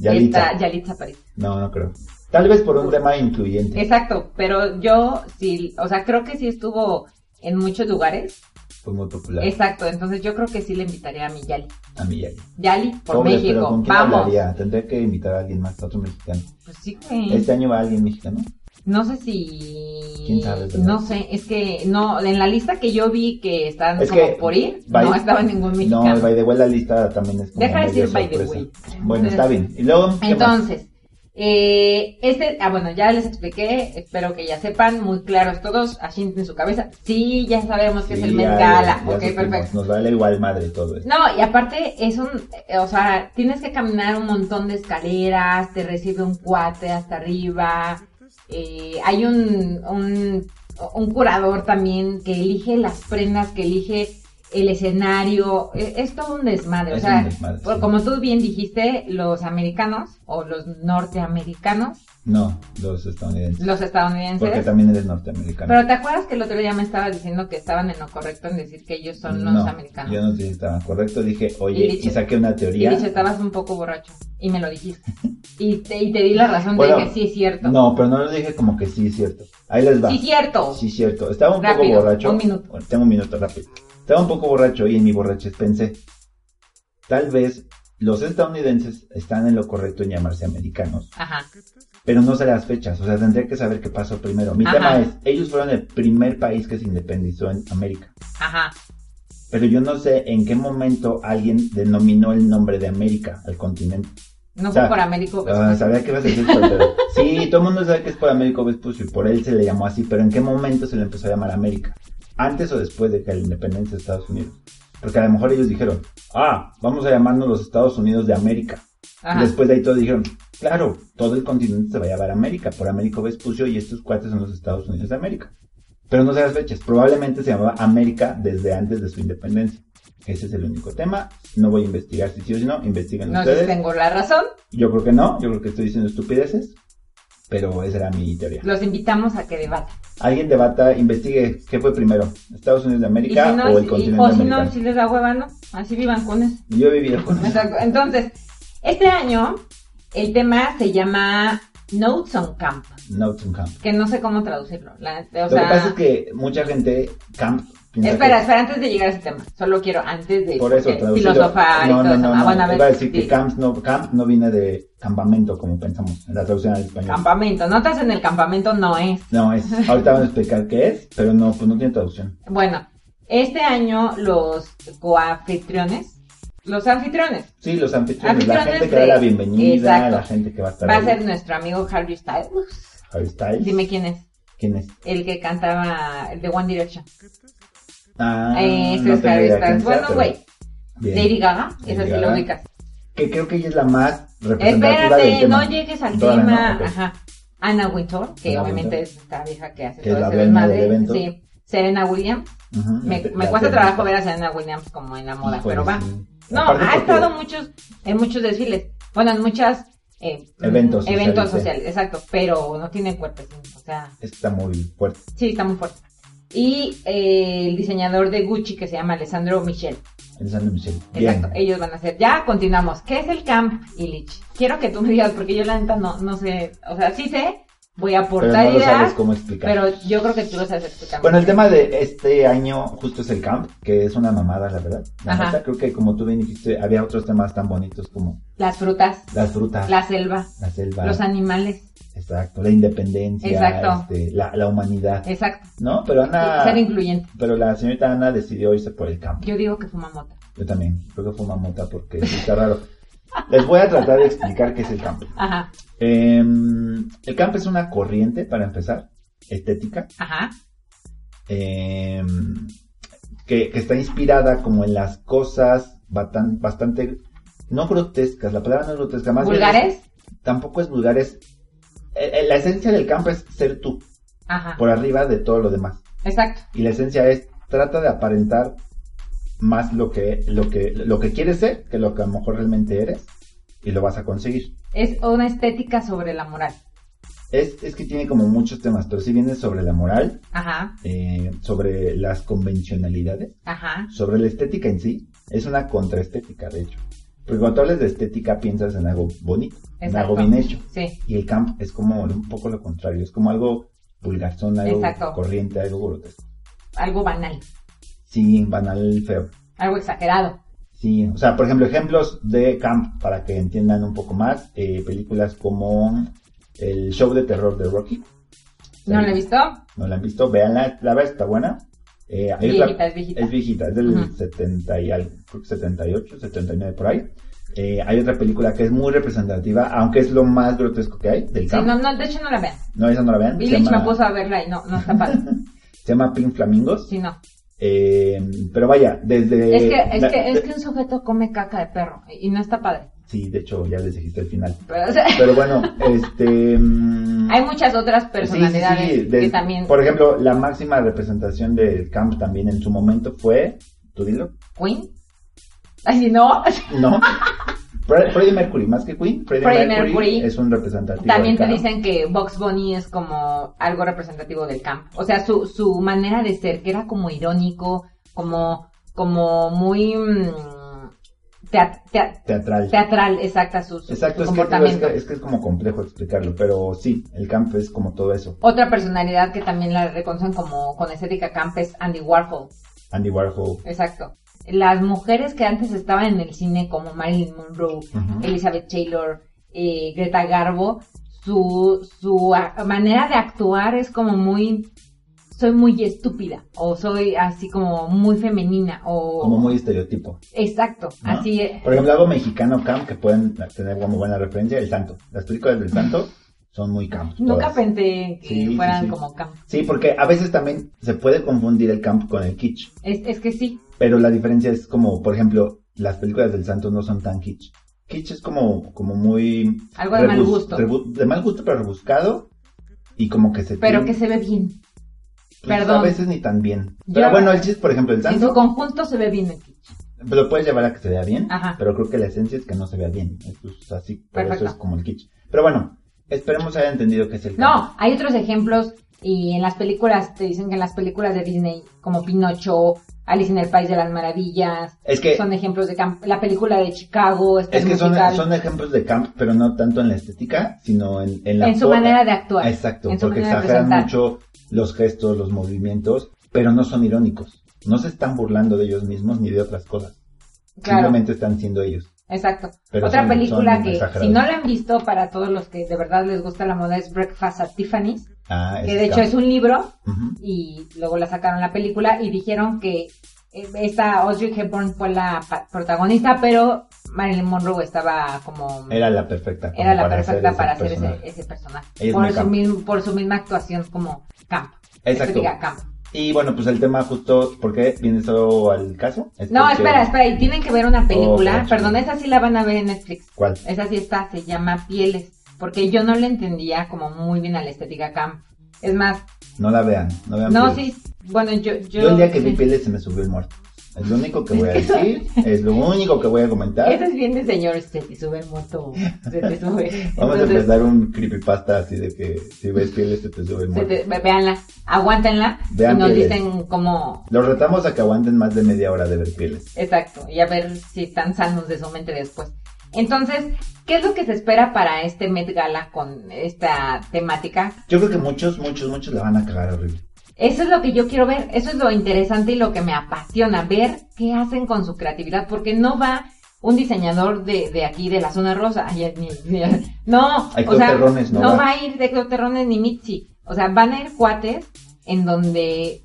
Speaker 2: Yalitza.
Speaker 7: Esta Yalitza París.
Speaker 2: No, no creo. Tal vez por un tema incluyente.
Speaker 7: Exacto, pero yo sí, o sea, creo que sí estuvo en muchos lugares.
Speaker 2: Fue muy popular.
Speaker 7: Exacto, entonces yo creo que sí le invitaría a mi Yali.
Speaker 2: A mí ya.
Speaker 7: Yali, por
Speaker 2: Pobre,
Speaker 7: México.
Speaker 2: pero ¿con quién
Speaker 7: Vamos.
Speaker 2: hablaría? Tendría que invitar a alguien más, a otro mexicano.
Speaker 7: Pues sí, güey.
Speaker 2: Este año va alguien mexicano.
Speaker 7: No sé si.
Speaker 2: ¿Quién sabe, verdad?
Speaker 7: No sé, es que no, en la lista que yo vi que están
Speaker 2: Es
Speaker 7: como
Speaker 2: que
Speaker 7: Ah, por ir,
Speaker 2: by-
Speaker 7: no estaba ningún mexicano.
Speaker 2: No, el by the way la lista también es como
Speaker 7: Deja de
Speaker 2: medio
Speaker 7: decir by the
Speaker 2: sorpresa.
Speaker 7: way.
Speaker 2: Bueno, está bien. Y luego, ¿qué más?
Speaker 7: Entonces, eh, este, ah, bueno, ya les expliqué, espero que ya sepan, muy claros todos, asienten en su cabeza. Sí, ya sabemos que es
Speaker 2: Sí,
Speaker 7: el Met
Speaker 2: ya-
Speaker 7: Gala,
Speaker 2: ya
Speaker 7: ok,
Speaker 2: supimos.
Speaker 7: perfecto.
Speaker 2: Nos vale igual madre todo esto.
Speaker 7: No, y aparte es un, eh, o sea, tienes que caminar un montón de escaleras, te recibe un cuate hasta arriba, eh, hay un, un, un curador también que elige las prendas, que elige el escenario, eh, es, todo un desmadre, o
Speaker 2: Es
Speaker 7: sea,
Speaker 2: un desmadre,
Speaker 7: por-
Speaker 2: sí.
Speaker 7: como tú bien dijiste, los americanos o los norteamericanos,
Speaker 2: No, los estadounidenses.
Speaker 7: los
Speaker 2: Porque
Speaker 7: estadounidenses,
Speaker 2: también eres norteamericano.
Speaker 7: pero ¿te acuerdas que el otro día me estabas diciendo que estaban en lo correcto en decir que ellos son los
Speaker 2: no,
Speaker 7: americanos?
Speaker 2: Yo no sé si estaba correcto. Dije, oye,
Speaker 7: Y
Speaker 2: y,
Speaker 7: dije-
Speaker 2: saqué una
Speaker 7: Y
Speaker 2: teoría.
Speaker 7: dicho, estabas un poco borracho. Y me lo dijiste. Y te, y te di la razón
Speaker 2: Bueno,
Speaker 7: de que sí es cierto.
Speaker 2: No, pero no lo dije como que sí es cierto. Ahí les va.
Speaker 7: Sí es cierto.
Speaker 2: Sí, cierto. Estaba un
Speaker 7: Rápido,
Speaker 2: poco borracho.
Speaker 7: un minuto.
Speaker 2: Tengo un minuto rápido. Estaba un poco borracho y en mi borrachez pensé, tal vez los estadounidenses están en lo correcto en llamarse americanos,
Speaker 7: Ajá.
Speaker 2: pero no sé las fechas, o sea, tendría que saber qué pasó primero. Mi
Speaker 7: Ajá.
Speaker 2: tema es, ellos fueron el primer país que se independizó en América,
Speaker 7: Ajá.
Speaker 2: pero yo no sé en qué momento alguien denominó el nombre de América al continente.
Speaker 7: No
Speaker 2: O sea,
Speaker 7: fue por Américo.
Speaker 2: Ah, sabía que ibas a decir esto, pero- Sí, todo el mundo sabe que es por Américo Vespucio y por él se le llamó así, pero ¿en qué momento se le empezó a llamar América? ¿Antes o después de que la independencia de Estados Unidos? Porque a lo mejor ellos dijeron, ah, vamos a llamarnos los Estados Unidos de América.
Speaker 7: Ajá.
Speaker 2: Y después de ahí todos dijeron, claro, todo el continente se va a llamar América por Américo Vespucio y estos cuates son los Estados Unidos de América. Pero no sé las fechas, probablemente se llamaba América desde antes de su independencia. Ese es el único tema. No voy a investigar si sí o si no, investiguen
Speaker 7: No sé si
Speaker 2: ustedes.
Speaker 7: tengo la razón.
Speaker 2: Yo creo que no, yo creo que estoy diciendo estupideces, pero esa era mi teoría.
Speaker 7: Los invitamos a que debatan.
Speaker 2: Alguien debata, investigue qué fue primero, Estados Unidos de
Speaker 7: Y
Speaker 2: América
Speaker 7: si no,
Speaker 2: o
Speaker 7: y-
Speaker 2: el continente
Speaker 7: o si no,
Speaker 2: americano.
Speaker 7: si les da hueva, no. Así vivan con eso.
Speaker 2: Yo he vivido con eso.
Speaker 7: Exacto. Entonces, este año el tema se llama Notes on Camp.
Speaker 2: Nottingham.
Speaker 7: Que no sé cómo traducirlo. La- o
Speaker 2: Lo
Speaker 7: sea,
Speaker 2: que pasa es que mucha gente, camp, Piensa
Speaker 7: espera,
Speaker 2: que-
Speaker 7: espera, antes de llegar a ese tema, solo quiero antes de
Speaker 2: Por eso
Speaker 7: porque
Speaker 2: traducido.
Speaker 7: filosofar y
Speaker 2: no,
Speaker 7: todo
Speaker 2: no,
Speaker 7: eso.
Speaker 2: no,
Speaker 7: Ah,
Speaker 2: no,
Speaker 7: bueno, a ver,
Speaker 2: Iba a decir que
Speaker 7: sí.
Speaker 2: camps no, camp no viene de campamento, como pensamos, en la traducción al español.
Speaker 7: campamento. Notas en el campamento no es.
Speaker 2: no, es, ahorita van a explicar qué es, pero no, pues no tiene traducción.
Speaker 7: Bueno, este año los coanfitriones, los anfitriones,
Speaker 2: Sí, los anfitriones, la
Speaker 7: Anfitriones
Speaker 2: gente que da la
Speaker 7: de-
Speaker 2: bienvenida,
Speaker 7: Exacto.
Speaker 2: la gente que va a estar
Speaker 7: va a
Speaker 2: ahí.
Speaker 7: ser nuestro amigo Harry Styles.
Speaker 2: Harry Styles.
Speaker 7: Dime quién es.
Speaker 2: ¿Quién es?
Speaker 7: El que cantaba el de One Direction.
Speaker 2: Ah,
Speaker 7: Ese
Speaker 2: no
Speaker 7: es
Speaker 2: tengo
Speaker 7: Harry
Speaker 2: idea quién
Speaker 7: Styles.
Speaker 2: sea,
Speaker 7: Bueno,
Speaker 2: pero
Speaker 7: güey.
Speaker 2: bien.
Speaker 7: Lady Gaga,
Speaker 2: Lady
Speaker 7: esa sí
Speaker 2: Gaga.
Speaker 7: la ubicas.
Speaker 2: Que creo que ella es la más representativa del
Speaker 7: Espérate,
Speaker 2: tema.
Speaker 7: no llegues al
Speaker 2: Todavía no,
Speaker 7: tema.
Speaker 2: ok.
Speaker 7: Ajá. Ana Wintour, que
Speaker 2: Anna
Speaker 7: obviamente
Speaker 2: Wintour.
Speaker 7: es esta vieja que hace
Speaker 2: Que es
Speaker 7: todo
Speaker 2: la
Speaker 7: ese
Speaker 2: reina del
Speaker 7: desmadre.
Speaker 2: evento.
Speaker 7: Sí. Serena Williams.
Speaker 2: Ujú,
Speaker 7: Me,
Speaker 2: la-
Speaker 7: me
Speaker 2: la
Speaker 7: cuesta
Speaker 2: tengo.
Speaker 7: trabajo ver a Serena Williams como en la moda,
Speaker 2: Híjole,
Speaker 7: pero va.
Speaker 2: sí.
Speaker 7: No,
Speaker 2: Pues, Aparte
Speaker 7: ha
Speaker 2: porque-
Speaker 7: estado muchos, en muchos desfiles. Bueno, en muchas eh,
Speaker 2: Eventos
Speaker 7: mm, eventos
Speaker 2: sociales,
Speaker 7: sociales, exacto. Pero no tiene cuerpecín. O sea,
Speaker 2: Está muy fuerte.
Speaker 7: sí, está muy fuerte. Y eh, el diseñador de Gucci que se llama Alessandro Michel.
Speaker 2: El San Michel. Bien.
Speaker 7: Exacto, e ellos van a hacer. Ya continuamos. ¿Qué es el Camp Illich? Quiero que tú me digas, porque yo la neta no, no sé. O sea, sí sé, voy a
Speaker 2: Pero
Speaker 7: aportar
Speaker 2: no lo
Speaker 7: ideas,
Speaker 2: sabes cómo explicar.
Speaker 7: pero yo creo que tú lo sabes explicar.
Speaker 2: Bueno, el tema de este año justo es el camp, que es una mamada, la verdad. La
Speaker 7: Ajá.
Speaker 2: neta, creo que como tú bien dijiste, había otros temas tan bonitos como
Speaker 7: Las frutas,
Speaker 2: las frutas,
Speaker 7: la selva,
Speaker 2: la selva,
Speaker 7: los animales.
Speaker 2: exacto, la independencia,
Speaker 7: Exacto.
Speaker 2: este, la, la humanidad,
Speaker 7: Exacto.
Speaker 2: ¿no? Pero Ana,
Speaker 7: Ser incluyente.
Speaker 2: pero la señorita Ana decidió irse por el camp.
Speaker 7: Yo digo que fuma mota.
Speaker 2: Yo también, creo que fue una mota porque sí está raro. Les voy a tratar de explicar qué es el camp.
Speaker 7: Ajá,
Speaker 2: Eh, el camp es una corriente, para empezar, estética,
Speaker 7: ajá,
Speaker 2: eh, que, que está inspirada como en las cosas batan- bastante, no grotescas, la palabra no es grotesca, más bien
Speaker 7: vulgares,
Speaker 2: es- tampoco es vulgar, es, eh, eh, la esencia del camp es ser tú,
Speaker 7: ajá,
Speaker 2: por arriba de todo lo demás.
Speaker 7: exacto,
Speaker 2: Y la esencia es, trata de aparentar más lo que, lo que, lo que quieres ser que lo que a lo mejor realmente eres y lo vas a conseguir.
Speaker 7: es una estética sobre la moral,
Speaker 2: Es, es que tiene como muchos temas, pero si viene sobre la moral,
Speaker 7: ajá,
Speaker 2: eh, sobre las convencionalidades,
Speaker 7: ajá,
Speaker 2: sobre la estética en sí, es una contraestética, de hecho. Porque cuando hablas de estética piensas en algo bonito, en
Speaker 7: Exacto.
Speaker 2: algo bien hecho.
Speaker 7: sí,
Speaker 2: Y el camp es como un poco lo contrario, es como algo vulgarzón, algo
Speaker 7: Exacto.
Speaker 2: corriente, algo grotesco.
Speaker 7: algo banal,
Speaker 2: Sí, banal, feo.
Speaker 7: algo exagerado,
Speaker 2: Sí, o sea, por ejemplo, ejemplos de camp para que entiendan un poco más, eh, películas como el show de terror de Rocky.
Speaker 7: ¿no lo he visto?
Speaker 2: No la han visto, véanla, la verdad está buena. Eh, hay otra-
Speaker 7: Viejita, es viejita.
Speaker 2: Es viejita, es del
Speaker 7: Ujú.
Speaker 2: 70 y algo, creo que 78, 79 por ahí. Eh, hay otra película que es muy representativa, aunque es lo más grotesco que hay del
Speaker 7: Sí,
Speaker 2: campo.
Speaker 7: no,
Speaker 2: no,
Speaker 7: no, de hecho no la vean,
Speaker 2: esa no la vean. Se
Speaker 7: Village me
Speaker 2: llama,
Speaker 7: puso a verla y no, no está padre,
Speaker 2: se llama Pink Flamingos.
Speaker 7: sí, no,
Speaker 2: Eh, pero vaya, desde...
Speaker 7: es que, es
Speaker 2: Eh, la-
Speaker 7: que, es
Speaker 2: de-
Speaker 7: que un sujeto come caca de perro y y no está padre,
Speaker 2: Sí, de hecho, ya les dijiste el final.
Speaker 7: pero, o sea, [LAUGHS]
Speaker 2: Pero bueno, este... mm,
Speaker 7: hay muchas otras personalidades
Speaker 2: Sí, sí, sí, de-
Speaker 7: que también,
Speaker 2: Por ejemplo, la máxima representación del camp también en su momento fue... ¿Tú dilo?
Speaker 7: Queen, ay, si no, [LAUGHS]
Speaker 2: No. Fre- Freddie Mercury, más que Queen, Freddie,
Speaker 7: Freddie
Speaker 2: Mercury,
Speaker 7: Mercury.
Speaker 2: es un representativo.
Speaker 7: También
Speaker 2: del
Speaker 7: te
Speaker 2: camp.
Speaker 7: dicen que Box Bunny es como algo representativo del campo. O sea, su, su manera de ser, que era como irónico, como, como muy mm, tea- tea-
Speaker 2: Teatral.
Speaker 7: teatral, exacta su, su-
Speaker 2: Exacto,
Speaker 7: su
Speaker 2: es que, digo, es,
Speaker 7: comportamiento.
Speaker 2: que, es que es como complejo explicarlo, pero sí, el camp es como todo eso.
Speaker 7: Otra personalidad que también la reconocen como con estética camp es Andy Warhol.
Speaker 2: Andy Warhol.
Speaker 7: Exacto. Las mujeres que antes estaban en el cine, como Marilyn Monroe,
Speaker 2: Ujú.
Speaker 7: Elizabeth Taylor, eh, Greta Garbo, su, su a- manera de actuar es como muy. Soy muy estúpida, o soy así como muy femenina, o.
Speaker 2: Como muy estereotipo.
Speaker 7: Exacto,
Speaker 2: ¿no?
Speaker 7: así es.
Speaker 2: Por ejemplo, algo mexicano camp que pueden tener como buena referencia, El Santo. Las películas del Santo son muy camp.
Speaker 7: Nunca
Speaker 2: todas.
Speaker 7: pensé que
Speaker 2: Sí, sí,
Speaker 7: fueran
Speaker 2: sí.
Speaker 7: como camp.
Speaker 2: Sí, porque a veces también se puede confundir el camp con el kitsch,
Speaker 7: Es, es que sí,
Speaker 2: pero la diferencia es como, por ejemplo, las películas del Santo no son tan kitsch. Kitsch es como, como muy
Speaker 7: algo de mal
Speaker 2: rebus-
Speaker 7: gusto,
Speaker 2: rebu- de mal gusto, pero rebuscado. Y como que se
Speaker 7: pero
Speaker 2: tiene-
Speaker 7: que se ve bien.
Speaker 2: pues,
Speaker 7: perdón.
Speaker 2: A veces ni tan bien.
Speaker 7: Yo-
Speaker 2: Pero bueno, el chiste, por ejemplo, el
Speaker 7: En su
Speaker 2: santo,
Speaker 7: conjunto se ve bien el kitsch.
Speaker 2: lo puedes llevar a que se vea bien.
Speaker 7: Ajá.
Speaker 2: Pero creo que la esencia es que no se vea bien. Esto es así, por
Speaker 7: Perfecto.
Speaker 2: eso es como el kitsch. Pero bueno, esperemos haya entendido que es el campo.
Speaker 7: No, hay otros ejemplos y en las películas, te dicen que en las películas de Disney, como Pinocho, Alice en el País de las Maravillas,
Speaker 2: Es que,
Speaker 7: son ejemplos de camp- la película de Chicago, este
Speaker 2: Eh, es que son,
Speaker 7: musical,
Speaker 2: son ejemplos de camp, pero no tanto en la estética, sino en, en la
Speaker 7: en su
Speaker 2: forma.
Speaker 7: manera de actuar.
Speaker 2: Exacto,
Speaker 7: en su
Speaker 2: porque
Speaker 7: manera de
Speaker 2: exageran
Speaker 7: presentar.
Speaker 2: mucho los gestos, los movimientos, pero no son irónicos. No se están burlando de ellos mismos ni de otras cosas.
Speaker 7: Claro,
Speaker 2: Simplemente están siendo ellos.
Speaker 7: exacto.
Speaker 2: Pero
Speaker 7: Otra
Speaker 2: son-
Speaker 7: película
Speaker 2: son
Speaker 7: que, si
Speaker 2: exagerados.
Speaker 7: no la han visto, para todos los que de verdad les gusta la moda, es Breakfast at Tiffany's,
Speaker 2: Ah,
Speaker 7: que de hecho es un libro
Speaker 2: Ujú.
Speaker 7: y luego la sacaron la película y dijeron que eh, esta Audrey Hepburn fue la pa- protagonista, pero Marilyn Monroe estaba como...
Speaker 2: Era la perfecta. como
Speaker 7: era la
Speaker 2: para hacer
Speaker 7: perfecta
Speaker 2: ese
Speaker 7: para hacer
Speaker 2: personaje.
Speaker 7: ese, ese personaje.
Speaker 2: Ella es muy
Speaker 7: Por su,
Speaker 2: camp.
Speaker 7: mismo- por su misma actuación como camp.
Speaker 2: Exacto.
Speaker 7: Que se diga camp.
Speaker 2: Y bueno, pues el tema justo, ¿por qué viene eso al caso? Es Oh,
Speaker 7: No,
Speaker 2: porque-
Speaker 7: espera, espera. Y tienen que ver una película.
Speaker 2: caray.
Speaker 7: Perdón, esa sí la van a ver en Netflix.
Speaker 2: ¿Cuál?
Speaker 7: Esa sí está, se llama Pieles. Porque yo no le entendía como muy bien a la estética camp. Es más,
Speaker 2: No la vean, no vean.
Speaker 7: no,
Speaker 2: Pieles.
Speaker 7: sí. Bueno, yo...
Speaker 2: Yo,
Speaker 7: Yo,
Speaker 2: el día que vi
Speaker 7: sí.
Speaker 2: pieles se me subió el muerto. Es lo único que
Speaker 7: [LAUGHS]
Speaker 2: voy a decir, es lo único que voy a
Speaker 7: Eso
Speaker 2: comentar.
Speaker 7: es bien de señor, se te sube el muerto, se te sube.
Speaker 2: [LAUGHS] Vamos a
Speaker 7: Entonces,
Speaker 2: empezar un creepypasta así de que si ves pieles se te sube el
Speaker 7: se
Speaker 2: muerto.
Speaker 7: te- ve- véanla, aguántenla
Speaker 2: Vean
Speaker 7: y nos
Speaker 2: Pieles.
Speaker 7: dicen cómo,
Speaker 2: Los retamos a que aguanten más de media hora de ver pieles.
Speaker 7: Exacto, y a ver si están sanos de su mente después. Entonces, ¿qué es lo que se espera para este Met Gala con esta temática?
Speaker 2: Yo creo que muchos, muchos, muchos la van a cagar horrible.
Speaker 7: Eso es lo que yo quiero ver, eso es lo interesante y lo que me apasiona, ver qué hacen con su creatividad, porque no va un diseñador de, de aquí, de la zona rosa, ay, ni- ni- no,
Speaker 2: Hay
Speaker 7: o sea,
Speaker 2: cloterrones, no va.
Speaker 7: va a ir de Cloterrones ni Mitzi, o sea, van a ir cuates en donde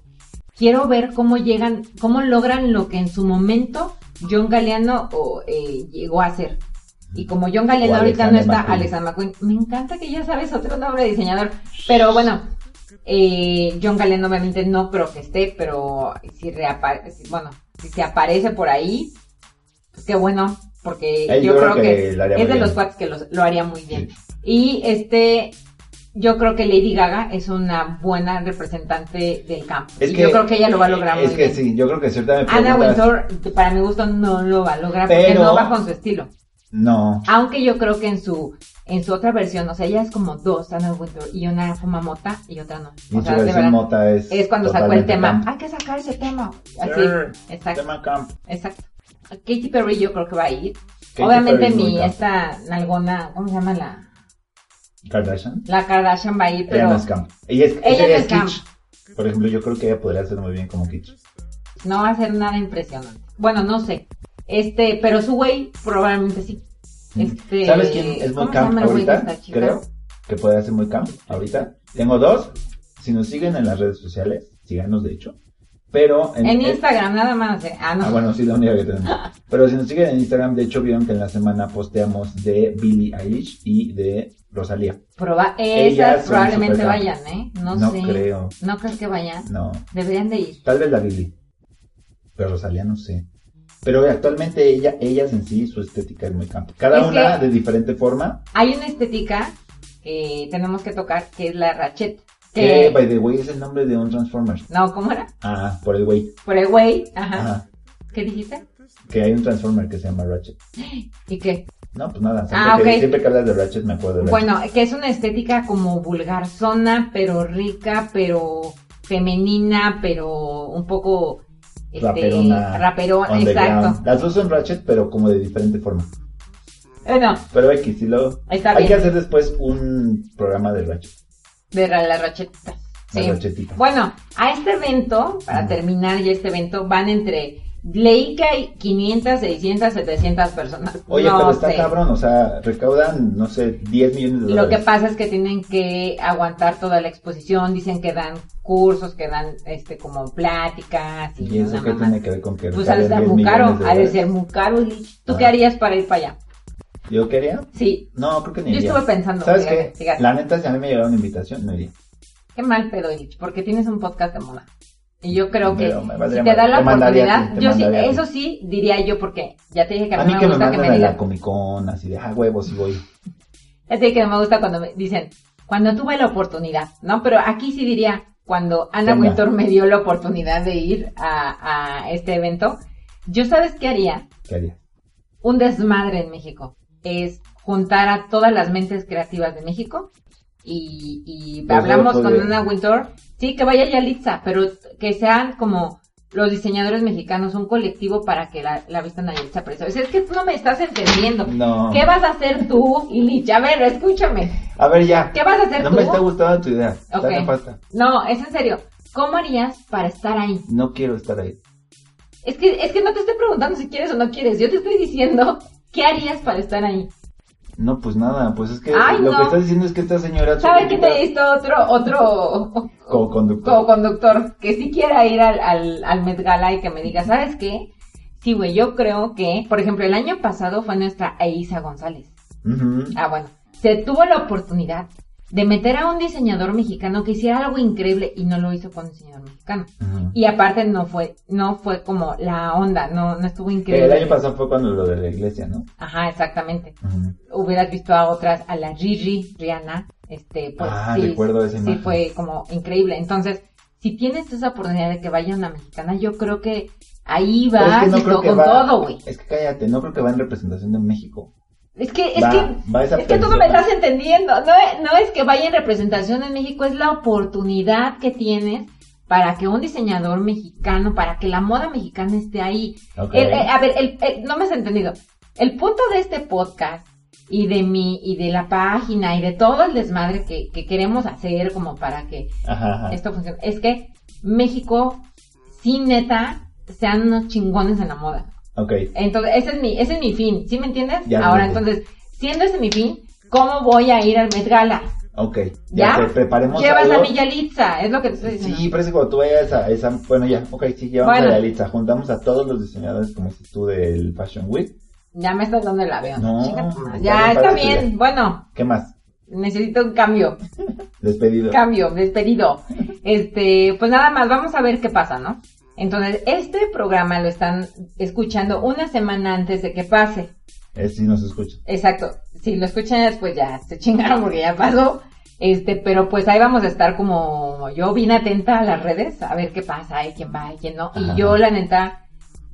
Speaker 7: quiero ver cómo llegan, cómo logran lo que en su momento John Galeano o, eh, llegó a hacer. Y como John Galeano
Speaker 2: O
Speaker 7: ahorita no
Speaker 2: Alexander
Speaker 7: está,
Speaker 2: McQueen.
Speaker 7: Alexander McQueen, me encanta que ya sabes otro nombre de diseñador, pero bueno, eh, John Galeano obviamente no creo que esté, pero si reaparece, bueno, si se aparece por ahí, pues qué bueno, porque
Speaker 2: Él
Speaker 7: yo creo que,
Speaker 2: lo haría muy
Speaker 7: es de
Speaker 2: bien.
Speaker 7: los cuates que los- lo haría muy bien. Y este, yo creo que Lady Gaga es una buena representante del campo.
Speaker 2: Es
Speaker 7: y
Speaker 2: que,
Speaker 7: yo creo que ella lo va a lograr
Speaker 2: Es
Speaker 7: muy
Speaker 2: que
Speaker 7: bien.
Speaker 2: sí, yo creo que cierta me preguntas-
Speaker 7: Ana Wintour, para mi gusto, no lo va a lograr porque
Speaker 2: Pero-
Speaker 7: no va con su estilo.
Speaker 2: No.
Speaker 7: Aunque yo creo que en su en su otra versión, o sea, ella es como dos Ana Wintour y una fuma mota y otra no.
Speaker 2: Y
Speaker 7: O
Speaker 2: su
Speaker 7: sea, de
Speaker 2: versión
Speaker 7: verdad,
Speaker 2: mota es.
Speaker 7: es cuando sacó el
Speaker 2: totalmente
Speaker 7: tema.
Speaker 2: camp.
Speaker 7: Hay que sacar ese tema. Así,
Speaker 2: Sí,
Speaker 7: exacto.
Speaker 2: Tema camp.
Speaker 7: Exacto. Katy Perry yo creo que va a ir.
Speaker 2: Katy
Speaker 7: Obviamente
Speaker 2: Perry es muy
Speaker 7: mi
Speaker 2: camp.
Speaker 7: esta nalgona, ¿cómo se llama la?
Speaker 2: Kardashian.
Speaker 7: La Kardashian va a ir,
Speaker 2: ella
Speaker 7: pero
Speaker 2: no es camp. Ella es,
Speaker 7: Ella no
Speaker 2: es
Speaker 7: es camp.
Speaker 2: kitsch. Por ejemplo, yo creo que ella podría hacer muy bien como kitsch.
Speaker 7: no va a ser nada impresionante. Bueno, no sé. Este, pero su güey probablemente sí. Este,
Speaker 2: ¿Sabes quién es muy
Speaker 7: ¿cómo se
Speaker 2: camp
Speaker 7: llama el güey de
Speaker 2: ahorita?
Speaker 7: esta chica?
Speaker 2: Creo que puede ser muy camp ahorita. Tengo dos. Si nos siguen en las redes sociales, síganos de hecho. Pero
Speaker 7: En Instagram nada más. eh. Ah, no.
Speaker 2: Ah, bueno, sí, la única que
Speaker 7: [LAUGHS]
Speaker 2: tenemos. Pero si nos siguen en Instagram, de hecho, vieron que en la semana posteamos de Billie Eilish y de Rosalía.
Speaker 7: Proba-
Speaker 2: Ellas
Speaker 7: esas
Speaker 2: son
Speaker 7: probablemente
Speaker 2: supercamp.
Speaker 7: vayan, ¿eh? No,
Speaker 2: No
Speaker 7: sé.
Speaker 2: creo.
Speaker 7: No creo que vayan.
Speaker 2: No,
Speaker 7: Deberían de ir.
Speaker 2: tal vez la Billie. Pero Rosalía no sé. Pero actualmente ella, ellas en sí, su estética es muy camp. Cada
Speaker 7: Es
Speaker 2: una
Speaker 7: que-
Speaker 2: de diferente forma.
Speaker 7: Hay una estética que tenemos que tocar que es la Ratchet.
Speaker 2: Que,
Speaker 7: Que,
Speaker 2: Eh, by the way, es el nombre de un Transformers.
Speaker 7: no, ¿cómo era?
Speaker 2: Ah, por el güey.
Speaker 7: Por el güey. Ajá.
Speaker 2: Ajá.
Speaker 7: ¿Qué dijiste?
Speaker 2: Que hay un Transformer que se llama Ratchet.
Speaker 7: ¿Y qué?
Speaker 2: No, pues nada. Siempre,
Speaker 7: Ah,
Speaker 2: que,
Speaker 7: ok.
Speaker 2: siempre que hablas de Ratchet me acuerdo de Ratchet.
Speaker 7: Bueno, que es una estética como vulgarzona, pero rica, pero femenina, pero un poco este,
Speaker 2: Raperona,
Speaker 7: raperona,
Speaker 2: underground.
Speaker 7: exacto.
Speaker 2: Las dos son Ratchet, pero como de diferente forma.
Speaker 7: Bueno,
Speaker 2: Pero X, si lo...
Speaker 7: Está
Speaker 2: Hay
Speaker 7: bien.
Speaker 2: que hacer después un programa de Ratchet.
Speaker 7: de ra- las rachetitas.
Speaker 2: Las
Speaker 7: sí.
Speaker 2: rachetitas.
Speaker 7: Bueno, a este evento, para
Speaker 2: Ajá.
Speaker 7: terminar ya este evento, van entre, leí que hay 500, 600, 700 personas.
Speaker 2: Oye,
Speaker 7: No
Speaker 2: pero está
Speaker 7: sé.
Speaker 2: cabrón, o sea, recaudan, no sé, 10 millones de
Speaker 7: Lo
Speaker 2: dólares.
Speaker 7: que pasa es que tienen que aguantar toda la exposición, dicen que dan cursos, que dan este como pláticas y,
Speaker 2: ¿Y eso
Speaker 7: una
Speaker 2: qué
Speaker 7: mamá.
Speaker 2: tiene que ver con que
Speaker 7: Pues ha
Speaker 2: recauden
Speaker 7: de estar
Speaker 2: 10
Speaker 7: muy caro,
Speaker 2: millones de
Speaker 7: ha de
Speaker 2: dólares?
Speaker 7: ser muy caro, Lich. ¿Tú
Speaker 2: Ah.
Speaker 7: qué harías para ir para allá?
Speaker 2: ¿Yo quería?
Speaker 7: Sí,
Speaker 2: No, creo que ni
Speaker 7: Yo
Speaker 2: iría.
Speaker 7: estuve pensando,
Speaker 2: ¿Sabes
Speaker 7: fíjate,
Speaker 2: qué?
Speaker 7: fíjate.
Speaker 2: La neta, si a mí me llegara una invitación, no iría.
Speaker 7: qué mal pedo, Lich, porque tienes un podcast de moda. Y yo creo que
Speaker 2: Pero me valdría
Speaker 7: si te da
Speaker 2: madre.
Speaker 7: la
Speaker 2: Te mandaría a ti,
Speaker 7: oportunidad,
Speaker 2: te
Speaker 7: yo sí,
Speaker 2: mandaría a ti.
Speaker 7: eso sí diría yo porque ya te dije que a
Speaker 2: A mí
Speaker 7: mí, me
Speaker 2: que me
Speaker 7: gusta que me
Speaker 2: manden a la
Speaker 7: digan.
Speaker 2: Comic Con, así de, ah, huevos, y voy.
Speaker 7: Ya te dije que me gusta cuando me dicen, cuando tuve la oportunidad, ¿no? Pero aquí sí diría, cuando Ana
Speaker 2: Venga.
Speaker 7: Wintour me dio la oportunidad de ir a, a este evento, yo sabes qué haría,
Speaker 2: ¿Qué haría?
Speaker 7: un desmadre en México, es juntar a todas las mentes creativas de México y, y
Speaker 2: Pues
Speaker 7: hablamos
Speaker 2: luego
Speaker 7: con
Speaker 2: de-
Speaker 7: Ana Wintour, sí, que vaya ya Litza, pero que sean como los diseñadores mexicanos, un colectivo para que la, la vistan a Yalitza Preso. Es que tú no me estás entendiendo.
Speaker 2: No.
Speaker 7: ¿Qué vas a hacer tú, Ilicha? A ver, escúchame.
Speaker 2: A ver, ya.
Speaker 7: ¿Qué vas a hacer
Speaker 2: no
Speaker 7: tú?
Speaker 2: me está gustando tu idea.
Speaker 7: Ok.
Speaker 2: Está nefasta.
Speaker 7: No, es en serio. ¿Cómo harías para estar ahí?
Speaker 2: No quiero estar ahí.
Speaker 7: Es que, es que no te estoy preguntando si quieres o no quieres, yo te estoy diciendo qué harías para estar ahí.
Speaker 2: No, pues nada, pues es que
Speaker 7: Ay,
Speaker 2: lo
Speaker 7: no.
Speaker 2: que estás diciendo es que esta señora...
Speaker 7: ¿Sabes qué te
Speaker 2: solita-
Speaker 7: diste otro, otro
Speaker 2: Como conductor.
Speaker 7: co-conductor que sí quiera ir al, al, al Met Gala y que me diga, ¿sabes qué? Sí, güey, yo creo que, por ejemplo, el año pasado fue nuestra Eiza González.
Speaker 2: Ujú.
Speaker 7: Ah, bueno, se tuvo la oportunidad de meter a un diseñador mexicano que hiciera algo increíble y no lo hizo con un diseñador mexicano.
Speaker 2: Ujú.
Speaker 7: Y aparte no fue, no fue como la onda, no, no estuvo
Speaker 2: Que
Speaker 7: increíble.
Speaker 2: el año pasado fue cuando lo de la iglesia, ¿no?
Speaker 7: Ajá, exactamente.
Speaker 2: Ujú.
Speaker 7: Hubieras visto a otras, a la Riri, Rihanna, este, pues
Speaker 2: Ah,
Speaker 7: sí,
Speaker 2: recuerdo esa
Speaker 7: sí
Speaker 2: imagen.
Speaker 7: fue como increíble. Entonces, si tienes esa oportunidad de que vaya una mexicana, yo creo que ahí
Speaker 2: Pero es
Speaker 7: va
Speaker 2: que no creo que
Speaker 7: con
Speaker 2: va-
Speaker 7: todo, güey.
Speaker 2: Es que cállate, no creo que va en representación de México.
Speaker 7: Es que, es
Speaker 2: Va-
Speaker 7: que,
Speaker 2: va esa
Speaker 7: es que tú
Speaker 2: persona.
Speaker 7: no me estás entendiendo. No, es- no es que vaya en representación en México, es la oportunidad que tienes para que un diseñador mexicano, para que la moda mexicana esté ahí.
Speaker 2: Ok.
Speaker 7: El- el- a ver, el- el- no me has entendido. El punto de este podcast y de mi, y de la página y de todo el desmadre que, que queremos hacer como para que
Speaker 2: Ajá, ajá.
Speaker 7: esto funcione, es que México, sin neta, sean unos chingones en la moda.
Speaker 2: Ok.
Speaker 7: Entonces, ese es mi, ese es mi fin, ¿sí me entiendes?
Speaker 2: Ya,
Speaker 7: Ahora,
Speaker 2: ya, ya.
Speaker 7: entonces, siendo ese mi fin, ¿cómo voy a ir al Met Gala?
Speaker 2: Ok, ya,
Speaker 7: ¿Ya?
Speaker 2: te preparemos
Speaker 7: Llevas a
Speaker 2: algo.
Speaker 7: Villalitza, es lo que te estoy diciendo.
Speaker 2: Sí, parece cuando tú vayas a esa, bueno ya, ok, sí, llevamos
Speaker 7: Bueno.
Speaker 2: a la lista, juntamos a todos los diseñadores como dices tú del Fashion Week.
Speaker 7: Ya me estás dando el avión.
Speaker 2: No,
Speaker 7: Chinga tu madre.
Speaker 2: está
Speaker 7: ya
Speaker 2: bien
Speaker 7: está
Speaker 2: para
Speaker 7: bien.
Speaker 2: estudiar.
Speaker 7: Bueno,
Speaker 2: ¿Qué más?
Speaker 7: necesito un cambio,
Speaker 2: Despedido.
Speaker 7: cambio, despedido. Este, pues nada más, vamos a ver qué pasa, ¿no? Entonces, este programa lo están escuchando una semana antes de que pase.
Speaker 2: Eh, sí, nos escucha.
Speaker 7: Exacto. Si lo escuchan después ya se chingaron porque ya pasó. Este, pero pues ahí vamos a estar como yo bien atenta a las redes, a ver qué pasa, y quién va, y quién no.
Speaker 2: Ajá.
Speaker 7: Y yo, la neta,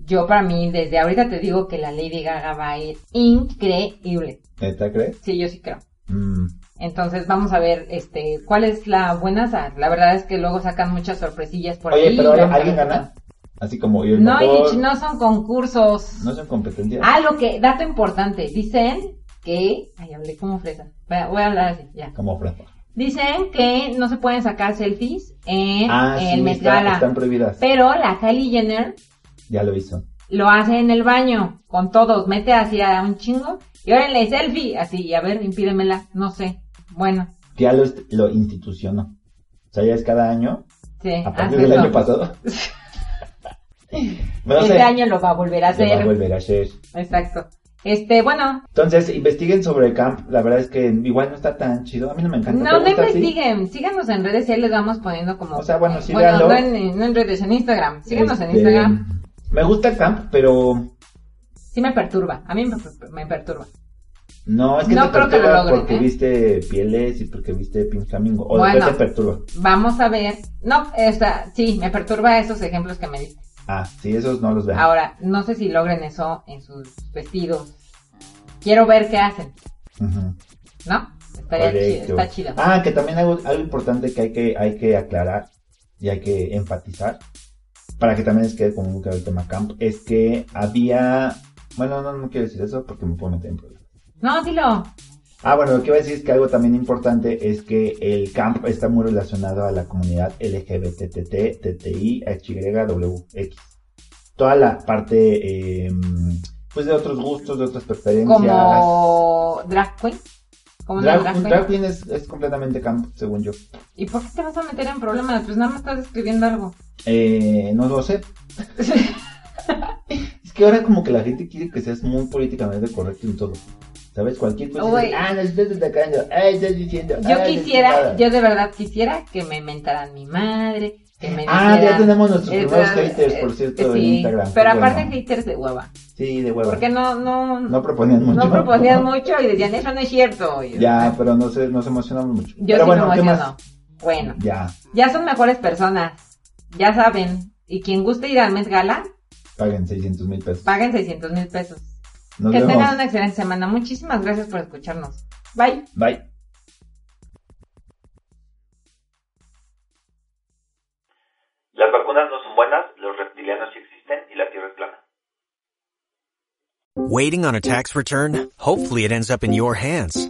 Speaker 7: yo para mí, desde ahorita te digo que la Lady Gaga va a ir increíble.
Speaker 2: ¿Neta crees?
Speaker 7: Sí, yo sí creo.
Speaker 2: Mm,
Speaker 7: Entonces vamos a ver, este, cuál es la buena. sa- La verdad es que luego sacan muchas sorpresillas por
Speaker 2: Oye,
Speaker 7: ahí.
Speaker 2: pero
Speaker 7: y vamos a
Speaker 2: ¿alguien
Speaker 7: ver qué
Speaker 2: gana?
Speaker 7: tal.
Speaker 2: Así como yo.
Speaker 7: No, Itch, no son concursos.
Speaker 2: No son competencias.
Speaker 7: Ah, lo que, dato importante, dicen que, ay, hablé como fresa, voy a, voy a hablar así, ya.
Speaker 2: Como Franco.
Speaker 7: Dicen que no se pueden sacar selfies en
Speaker 2: Ah,
Speaker 7: el
Speaker 2: sí,
Speaker 7: Met
Speaker 2: está-
Speaker 7: Gala,
Speaker 2: están prohibidas.
Speaker 7: pero la Kylie Jenner
Speaker 2: Ya lo hizo.
Speaker 7: lo hace en el baño, con todos, mete así a un chingo, y órale, selfie, así, y a ver, impídemela, no sé, bueno,
Speaker 2: Ya lo, est- lo institucionó. O sea, ya es cada año,
Speaker 7: sí,
Speaker 2: a
Speaker 7: hace
Speaker 2: partir del
Speaker 7: eso.
Speaker 2: año
Speaker 7: [LAUGHS]
Speaker 2: pasado. [LAUGHS] no
Speaker 7: este
Speaker 2: sé.
Speaker 7: año lo va a volver a
Speaker 2: Se va a
Speaker 7: hacer,
Speaker 2: volver a hacer.
Speaker 7: exacto, este, bueno,
Speaker 2: Entonces, investiguen sobre el camp. La verdad es que igual no está tan chido. A mí no me encanta.
Speaker 7: No,
Speaker 2: ¿Te
Speaker 7: no
Speaker 2: gusta así?
Speaker 7: investiguen, síganos en redes y ahí les vamos poniendo como...
Speaker 2: O sea, bueno, sí, véanlo.
Speaker 7: Bueno, no en, no en redes, en Instagram, síganos en
Speaker 2: Este,
Speaker 7: Instagram.
Speaker 2: Me gusta camp, pero
Speaker 7: Sí me perturba, a mí me, per- me perturba.
Speaker 2: no es que te
Speaker 7: No creo que lo
Speaker 2: perturba
Speaker 7: logren,
Speaker 2: porque
Speaker 7: ¿eh?
Speaker 2: viste pieles y porque viste Pink Flamingo. O
Speaker 7: Bueno.
Speaker 2: después te perturba.
Speaker 7: Vamos a ver, no, o sea, sí, me perturba esos ejemplos que me diste.
Speaker 2: Ah, sí, esos no los vean.
Speaker 7: Ahora, no sé si logren eso en sus vestidos. Quiero ver qué hacen,
Speaker 2: Ujú,
Speaker 7: ¿no? Estaría
Speaker 2: correcto.
Speaker 7: chido, está chido.
Speaker 2: Ah, que también algo, algo importante que hay que hay que aclarar y hay que enfatizar para que también les quede como que el tema camp es que había bueno no no quiero decir eso porque me puedo meter en problemas.
Speaker 7: No, dilo.
Speaker 2: Ah, bueno, lo que iba a decir es que algo también importante es que el camp está muy relacionado a la comunidad LGBTT, TTI, HYWX. Toda la parte, eh, pues, de otros gustos, de otras preferencias.
Speaker 7: Como drag queen. Como una
Speaker 2: Drag,
Speaker 7: drag
Speaker 2: un
Speaker 7: queen.
Speaker 2: drag queen es, es completamente camp, según yo.
Speaker 7: ¿Y por qué te vas a meter en problemas? Pues nada más estás escribiendo algo.
Speaker 2: Eh, no lo
Speaker 7: [LAUGHS]
Speaker 2: sé. es que ahora como que la gente quiere que seas muy políticamente correcto en todo. ¿Sabes? Cualquier cosa.
Speaker 7: Uy.
Speaker 2: dicen, ah, no, estás atacando. Ah, estás diciendo.
Speaker 7: Yo
Speaker 2: ah, no
Speaker 7: quisiera,
Speaker 2: estás-
Speaker 7: yo de verdad quisiera que me mentaran mi madre, que me
Speaker 2: Ah, ya
Speaker 7: dijeran-
Speaker 2: tenemos nuestros
Speaker 7: Eh,
Speaker 2: primeros
Speaker 7: eh,
Speaker 2: haters, por
Speaker 7: eh,
Speaker 2: cierto,
Speaker 7: sí,
Speaker 2: en Instagram.
Speaker 7: Pero
Speaker 2: Qué
Speaker 7: aparte
Speaker 2: bueno.
Speaker 7: haters de hueva,
Speaker 2: Sí, de hueva.
Speaker 7: porque no, no,
Speaker 2: No proponían mucho.
Speaker 7: no proponían mucho y decían, eso no es cierto.
Speaker 2: [LAUGHS]
Speaker 7: Y-
Speaker 2: Ya, pero no se, nos emocionamos mucho.
Speaker 7: Yo
Speaker 2: pero
Speaker 7: sí
Speaker 2: bueno,
Speaker 7: me
Speaker 2: ¿qué
Speaker 7: emociono.
Speaker 2: más?
Speaker 7: Bueno,
Speaker 2: Ya,
Speaker 7: ya son mejores personas, ya saben. Y quien guste ir al Met Gala,
Speaker 2: paguen 600 mil pesos.
Speaker 7: paguen 600 mil pesos.
Speaker 2: Nos
Speaker 7: que
Speaker 2: vemos.
Speaker 7: tengan una excelente semana. Muchísimas gracias por escucharnos. Bye.
Speaker 2: Bye.
Speaker 6: Las vacunas no son buenas, los reptilianos sí existen y la Tierra es plana.
Speaker 8: Waiting on a tax return? Hopefully it ends up in your hands.